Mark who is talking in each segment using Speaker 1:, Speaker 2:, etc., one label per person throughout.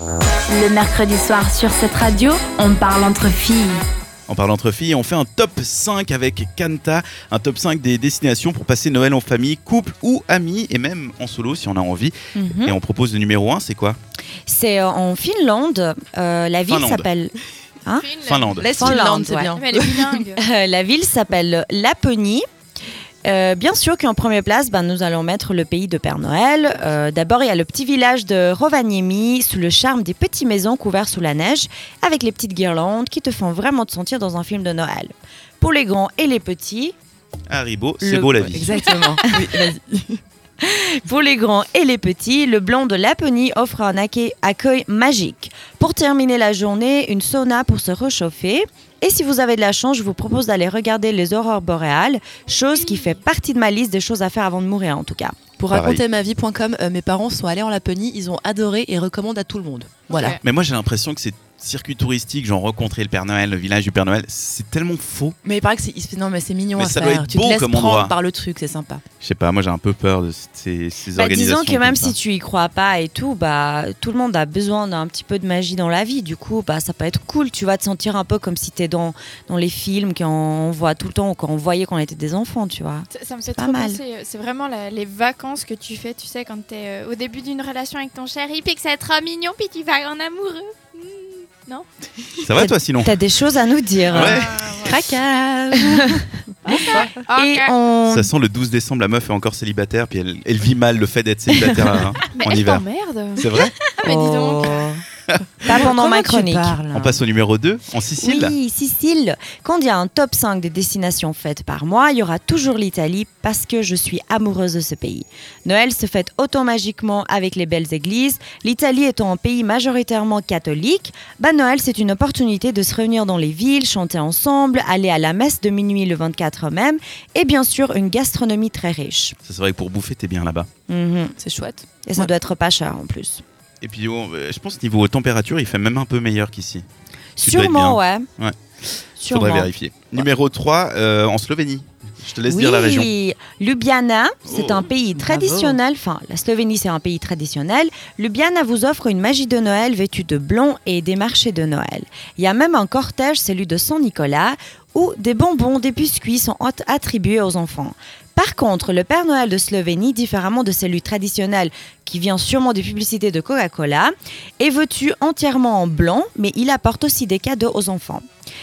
Speaker 1: Le mercredi soir sur cette radio, on parle entre filles.
Speaker 2: On parle entre filles, on fait un top 5 avec Kanta, un top 5 des destinations pour passer Noël en famille, couple ou amis, et même en solo si on a envie.
Speaker 3: Mhm.
Speaker 2: Et on propose le numéro 1, c'est quoi
Speaker 3: C'est euh, en Finlande. euh, la ville
Speaker 2: Finlande.
Speaker 3: s'appelle.
Speaker 2: Finlande.
Speaker 4: Laisse
Speaker 3: Finlande,
Speaker 4: Finlande, c'est
Speaker 3: ouais.
Speaker 4: bien.
Speaker 5: Mais elle est bilingue.
Speaker 3: Euh, la ville s'appelle Laponie. Euh, bien sûr qu'en première place, ben, nous allons mettre le pays de Père Noël. Euh, D'abord, il y a le petit village de Rovaniemi, sous le charme des petites maisons couvertes sous la neige, avec les petites guirlandes qui te font vraiment te sentir dans un film de Noël. Pour les grands et les petits,
Speaker 2: Haribo, c'est
Speaker 3: Le-
Speaker 2: beau la vie.
Speaker 3: Exactement. Oui, vas-y. Pour les grands et les petits, le blanc de Laponie offre un accueil, accueil magique. Pour terminer la journée, une sauna pour se réchauffer. Et si vous avez de la chance, je vous propose d'aller regarder les aurores boréales, chose qui fait partie de ma liste des choses à faire avant de mourir en tout cas.
Speaker 4: Pour
Speaker 2: Pareil.
Speaker 4: raconter ma vie.com, euh, mes parents sont allés en Laponie, ils ont adoré et recommandent à tout le monde. Voilà.
Speaker 5: Ok.
Speaker 2: Mais moi j'ai l'impression que ces circuits touristiques, genre rencontrer le Père Noël, le village du Père Noël, c'est tellement faux.
Speaker 4: Mais il paraît que c'est il se fait- non mais c'est mignon
Speaker 2: Mais
Speaker 4: à
Speaker 2: ça doit
Speaker 4: faire.
Speaker 2: être
Speaker 4: tu
Speaker 2: beau
Speaker 4: te laisses
Speaker 2: comme
Speaker 4: prendre
Speaker 2: endroit.
Speaker 4: par le truc, c'est sympa.
Speaker 2: Je sais pas, moi j'ai un peu peur de ces, ces
Speaker 3: Bah,
Speaker 2: organisations.
Speaker 3: disons que même
Speaker 2: comme
Speaker 3: si
Speaker 2: ça.
Speaker 3: tu y crois pas et tout, bah tout le monde a besoin d'un petit peu de magie dans la vie. Du coup, bah ça peut être cool. Tu vas te sentir un peu comme si t'es dans dans les films qu'on voit tout le temps ou qu'on voyait quand on était des enfants, tu vois.
Speaker 5: Ça, ça me fait
Speaker 3: Pas
Speaker 5: trop
Speaker 3: mal.
Speaker 5: penser. euh, C'est vraiment la- les vacances que tu fais, tu sais, quand t'es euh, au début d'une relation avec ton chéri, puis que c'est trop mignon, puis tu vas en amoureux. Mmh.
Speaker 2: Ça va toi sinon
Speaker 3: T'as des choses à nous dire.
Speaker 2: Ouais.
Speaker 4: Craquage
Speaker 3: Et
Speaker 5: Ok.
Speaker 3: on...
Speaker 2: Ça sent le 12 décembre, la meuf est encore célibataire, puis elle, elle vit mal le fait d'être célibataire hein,
Speaker 5: Mais
Speaker 2: en
Speaker 5: elle
Speaker 2: hiver.
Speaker 5: t'emmerde.
Speaker 2: C'est vrai
Speaker 5: Ah, mais dis
Speaker 3: Oh.
Speaker 5: donc.
Speaker 3: Pas pendant ma chronique.
Speaker 5: hein
Speaker 2: On passe au numéro 2, en Sicile.
Speaker 3: Oui, Sicile. Quand il y a un top 5 des destinations faites par moi, il y aura toujours l'Italie parce que je suis amoureuse de ce pays. Noël se fête automatiquement avec les belles églises. L'Italie étant un pays majoritairement catholique, bah Noël c'est une opportunité de se réunir dans les villes, chanter ensemble, aller à la messe de minuit le 24 même et bien sûr une gastronomie très riche.
Speaker 2: Ça, C'est vrai que pour bouffer, t'es bien là-bas.
Speaker 3: Mhm.
Speaker 4: C'est chouette.
Speaker 3: Et ça
Speaker 4: Ouais.
Speaker 3: doit être pas cher en plus.
Speaker 2: Et puis, oh, euh, je pense niveau température, il fait même un peu meilleur qu'ici. Tu dois être
Speaker 3: Sûrement, ouais.
Speaker 2: Ouais.
Speaker 3: Sûrement.
Speaker 2: Faudrait vérifier. Numéro 3, euh, en Slovénie. Je te laisse dire la région.
Speaker 3: Oui, Ljubljana, c'est
Speaker 2: Oh,
Speaker 3: un pays
Speaker 4: bravo.
Speaker 3: traditionnel. Enfin, la Slovénie, c'est un pays traditionnel. Ljubljana vous offre une magie de Noël vêtue de blanc et des marchés de Noël. Il y a même un cortège, celui de Saint-Nicolas, où des bonbons, des biscuits sont at- attribués aux enfants. Par contre, le Père Noël de Slovénie, différemment de celui traditionnel qui vient sûrement des publicités de Coca-Cola, est vêtu entièrement en blanc, mais il apporte aussi des cadeaux aux enfants.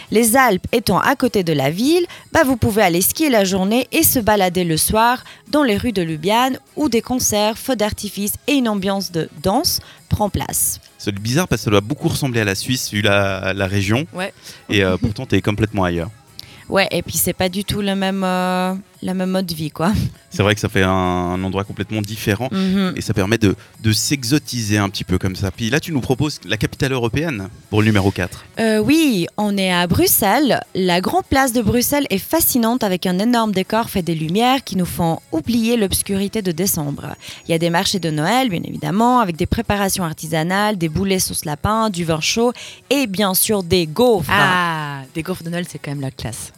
Speaker 3: Les Alpes étant à côté de la ville, bah vous pouvez aller skier la journée et se balader le soir dans les rues de Lubiane où des concerts, feux d'artifice et une ambiance de danse prend place.
Speaker 2: C'est bizarre parce que ça doit beaucoup ressembler à la Suisse, vu la, la région.
Speaker 4: Ouais.
Speaker 2: Et euh, pourtant, t'es complètement ailleurs.
Speaker 3: Ouais, et puis c'est pas du tout le même, euh, la même mode de vie, quoi.
Speaker 2: C'est vrai que ça fait un, un endroit complètement différent.
Speaker 3: Mhm.
Speaker 2: Et ça permet de, de s'exotiser un petit peu comme ça. Puis là, tu nous proposes la capitale européenne pour le numéro 4.
Speaker 3: Euh, oui, on est à Bruxelles. La grande place de Bruxelles est fascinante avec un énorme décor fait des lumières qui nous font oublier l'obscurité de décembre. Il y a des marchés de Noël, bien évidemment, avec des préparations artisanales, des boulets sauce lapin, du vin chaud et bien sûr des gaufres.
Speaker 4: Ah, des gaufres de Noël, c'est quand même la classe.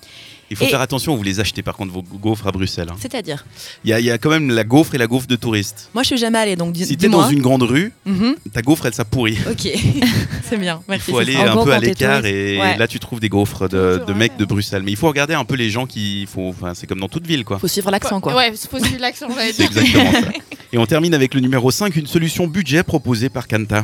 Speaker 2: Il faut
Speaker 3: Et-
Speaker 2: faire attention, vous les achetez par contre, vos gaufres à Bruxelles. hein.
Speaker 4: C'est-à-dire
Speaker 2: Il y, a- il y a quand même la gaufre et la gaufre de touriste.
Speaker 4: Moi, je suis jamais allée, donc dis-
Speaker 2: Si t'es
Speaker 4: dis-moi.
Speaker 2: dans une grande rue,
Speaker 4: Mhm,
Speaker 2: ta gaufre, elle, ça pourrit.
Speaker 4: Ok, c'est bien.
Speaker 2: Il
Speaker 4: Merci.
Speaker 2: faut
Speaker 4: c'est
Speaker 2: aller
Speaker 3: ça. En
Speaker 2: un
Speaker 3: gros,
Speaker 2: peu à
Speaker 3: quand t'es
Speaker 2: l'écart
Speaker 3: touriste,
Speaker 2: et
Speaker 3: ouais.
Speaker 2: là tu trouves des gaufres de,
Speaker 5: Toujours,
Speaker 2: de mecs
Speaker 5: ouais.
Speaker 2: de Bruxelles. Mais il faut regarder un peu les gens qui font. Enfin, c'est comme dans toute ville quoi.
Speaker 4: Faut suivre l'accent, quoi.
Speaker 5: Ouais, faut suivre l'accent, j'allais
Speaker 2: C'est
Speaker 5: dire.
Speaker 2: exactement ça. Et on termine avec le numéro 5, une solution budget proposée par Kanta.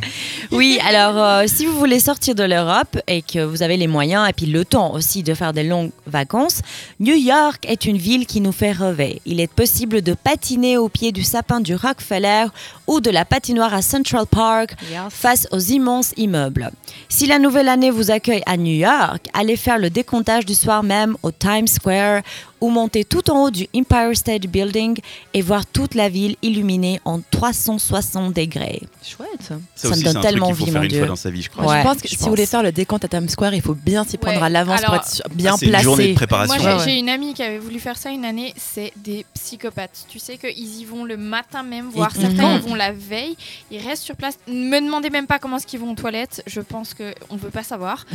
Speaker 3: Oui, alors euh, si vous voulez sortir de l'Europe et que vous avez les moyens et puis le temps aussi de faire des longues vacances, New York est une ville qui nous fait rêver. Il est possible de patiner au pied du sapin du Rockefeller ou de la patinoire à Central Park face aux immenses immeubles. Si la nouvelle année vous accueille à New York, allez faire le décomptage du soir même au Times Square ou monter tout en haut du Empire State Building et voir toute la ville illuminée en 360 degrés.
Speaker 4: Chouette.
Speaker 3: Ça
Speaker 2: Ça,
Speaker 3: me
Speaker 2: aussi,
Speaker 3: donne
Speaker 2: c'est un truc
Speaker 3: tellement
Speaker 2: qu'il faut
Speaker 3: envie,
Speaker 2: faire
Speaker 3: mon
Speaker 2: une
Speaker 3: Dieu.
Speaker 2: fois dans sa vie, je crois.
Speaker 3: Ouais,
Speaker 4: je pense que
Speaker 3: je
Speaker 4: si
Speaker 3: pense.
Speaker 4: vous voulez faire le décompte à Times Square, il faut bien s'y prendre
Speaker 5: Ouais,
Speaker 4: à l'avance pour
Speaker 5: alors-
Speaker 4: être sûr-
Speaker 2: Ah,
Speaker 4: bien
Speaker 2: c'est une journée de
Speaker 4: placé.
Speaker 2: préparation.
Speaker 5: Moi, j'ai
Speaker 4: Ouais, ouais.
Speaker 5: j'ai une amie qui avait voulu faire ça une année. C'est des psychopathes. Tu sais qu'ils y vont le matin même, voire
Speaker 4: ils
Speaker 5: certains
Speaker 4: vont.
Speaker 5: y vont la veille. Ils restent sur place. Ne me demandez même pas comment est-ce qu'ils vont aux toilettes. Je pense qu'on ne veut pas savoir.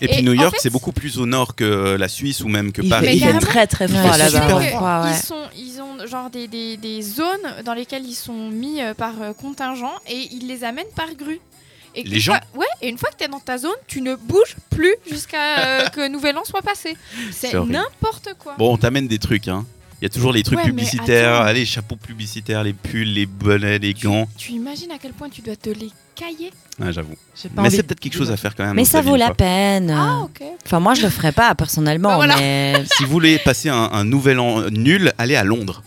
Speaker 2: Et puis
Speaker 5: Et
Speaker 2: New
Speaker 5: en
Speaker 2: York,
Speaker 5: fait-
Speaker 2: c'est beaucoup plus au nord que la Suisse ou même que
Speaker 4: Il fait,
Speaker 2: Paris.
Speaker 4: il fait
Speaker 5: carrément.
Speaker 4: très très
Speaker 2: fait
Speaker 4: froid
Speaker 2: Ah,
Speaker 5: Je
Speaker 3: bah,
Speaker 2: super
Speaker 5: sais
Speaker 4: là-bas.
Speaker 2: froid.
Speaker 5: que
Speaker 4: Froid, ouais.
Speaker 5: Ils, sont, ils ont genre des, des- des zones dans lesquelles ils sont mis euh, par euh, contingent et ils les amènent par grue. Et
Speaker 2: Les
Speaker 5: une
Speaker 2: gens.
Speaker 5: fois- ouais, et une fois que tu es dans ta zone, tu ne bouges plus jusqu'à euh, que Nouvel An soit passé. C'est
Speaker 2: C'est horrible.
Speaker 5: n'importe quoi.
Speaker 2: Bon, on t'amène des trucs, hein. Il y a toujours les trucs
Speaker 5: Ouais, mais
Speaker 2: publicitaires,
Speaker 5: attends.
Speaker 2: les chapeaux publicitaires, les pulls, les bonnets, les gants.
Speaker 5: Tu imagines à quel point tu dois te les cailler
Speaker 2: Ouais, j'avoue.
Speaker 3: J'ai pas
Speaker 2: Mais
Speaker 3: envie
Speaker 2: c'est
Speaker 3: de-
Speaker 2: peut-être quelque chose à faire quand même.
Speaker 4: Mais
Speaker 2: dans
Speaker 4: ça
Speaker 2: ta
Speaker 4: vaut
Speaker 2: vie,
Speaker 4: la
Speaker 2: quoi.
Speaker 4: peine.
Speaker 5: Ah, ok.
Speaker 4: Enfin, moi, je le ferais pas personnellement,
Speaker 5: Ben voilà.
Speaker 4: mais
Speaker 2: Si vous voulez passer un, un nouvel an nul, allez à Londres.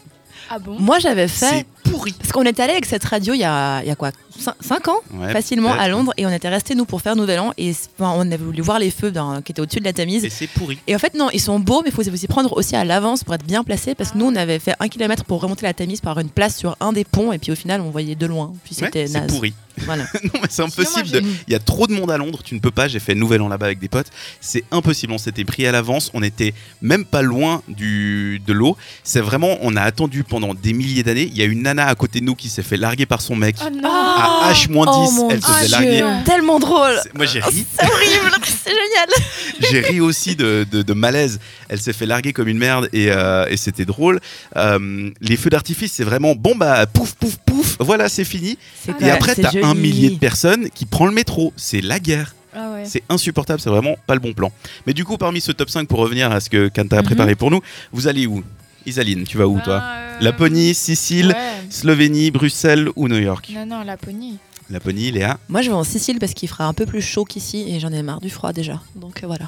Speaker 5: Ah bon
Speaker 3: Moi, j'avais fait.
Speaker 2: C'est pourri.
Speaker 3: Parce qu'on était allé avec cette radio il y a, il y a quoi 5 ans
Speaker 2: Ouais,
Speaker 3: facilement à
Speaker 2: peut-être.
Speaker 3: Londres et on était restés nous pour faire Nouvel An et c'est- enfin, on avait voulu voir les feux dans- qui étaient au-dessus de la Tamise
Speaker 2: Et c'est pourri.
Speaker 3: Et en fait, non, ils sont beaux, mais il faut s'y prendre aussi à l'avance pour être bien placé. Parce que nous, on
Speaker 5: Ah.
Speaker 3: avait fait un kilomètre pour remonter la Tamise par une place sur un des ponts. Et puis au final, on voyait de loin. Puis
Speaker 2: Ouais,
Speaker 3: c'était
Speaker 2: c'est
Speaker 3: naze.
Speaker 2: pourri.
Speaker 3: Voilà.
Speaker 2: Non, mais c'est
Speaker 5: Sinon, moi,
Speaker 2: impossible. de- Il y a trop de monde à Londres, tu ne peux pas. J'ai fait Nouvel An là-bas avec des potes. C'est impossible. On s'était pris à l'avance. On était même pas loin du, de l'eau. C'est vraiment, on a attendu pendant des milliers d'années. Il y a une nana à côté de nous qui s'est fait larguer par son mec.
Speaker 5: Oh non
Speaker 2: à
Speaker 4: Oh
Speaker 2: H-10,
Speaker 4: mon
Speaker 2: elle se faisait
Speaker 5: Dieu.
Speaker 2: larguer.
Speaker 3: Tellement drôle.
Speaker 2: C'est- Moi j'ai ri,
Speaker 3: C'est horrible. C'est génial.
Speaker 2: j'ai ri aussi de, de- de malaise. Elle s'est fait larguer comme une merde et, euh, et c'était drôle. Euh, les feux d'artifice, c'est vraiment bon bah pouf pouf pouf, voilà c'est fini.
Speaker 3: C'est
Speaker 5: Et
Speaker 2: Et
Speaker 5: Ouais,
Speaker 2: après
Speaker 3: c'est
Speaker 2: t'as un
Speaker 3: joli.
Speaker 2: millier de personnes qui prend le métro, c'est la guerre,
Speaker 5: Ah ouais.
Speaker 2: c'est insupportable, c'est vraiment pas le bon plan. Mais du coup parmi ce top 5 pour revenir à ce que Kanta a préparé pour nous, vous allez où Isaline, tu vas où toi
Speaker 5: Ben, euh,
Speaker 2: Laponie, Sicile,
Speaker 5: ouais.
Speaker 2: Slovénie, Bruxelles ou New York
Speaker 5: Non, non, Laponie.
Speaker 2: Laponie, Léa,
Speaker 3: Moi, je vais en Sicile parce qu'il fera un peu plus chaud qu'ici. Et j'en ai marre du froid déjà. Donc euh, voilà.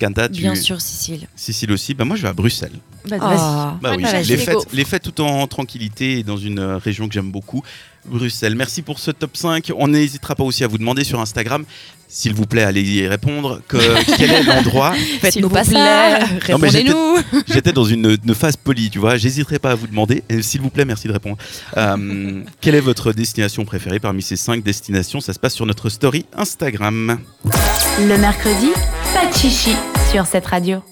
Speaker 2: Kanta, Bah, tu
Speaker 4: bien sûr, Cécile.
Speaker 2: Sicile aussi. Bah moi je vais à Bruxelles.
Speaker 4: Ah.
Speaker 2: Bah oui,
Speaker 4: Ah, vas-y.
Speaker 2: les
Speaker 3: Lego.
Speaker 2: fêtes, les fêtes tout en tranquillité et dans une euh, région que j'aime beaucoup, Bruxelles. Merci pour ce top 5. On n'hésitera pas aussi à vous demander sur Instagram, s'il vous plaît, allez y répondre, que, quel est l'endroit.
Speaker 3: Faites-nous
Speaker 4: S'il vous
Speaker 3: pas ça.
Speaker 4: plaît.
Speaker 2: Non, mais j'étais-
Speaker 3: Répondez-nous.
Speaker 2: J'étais dans une, une phase polie, tu vois, j'hésiterai pas à vous demander. Et S'il vous plaît, merci de répondre. Euh, quelle est votre destination préférée parmi ces 5 destinations Ça se passe sur notre story Instagram.
Speaker 1: Le mercredi, pas de chichi sur cette radio.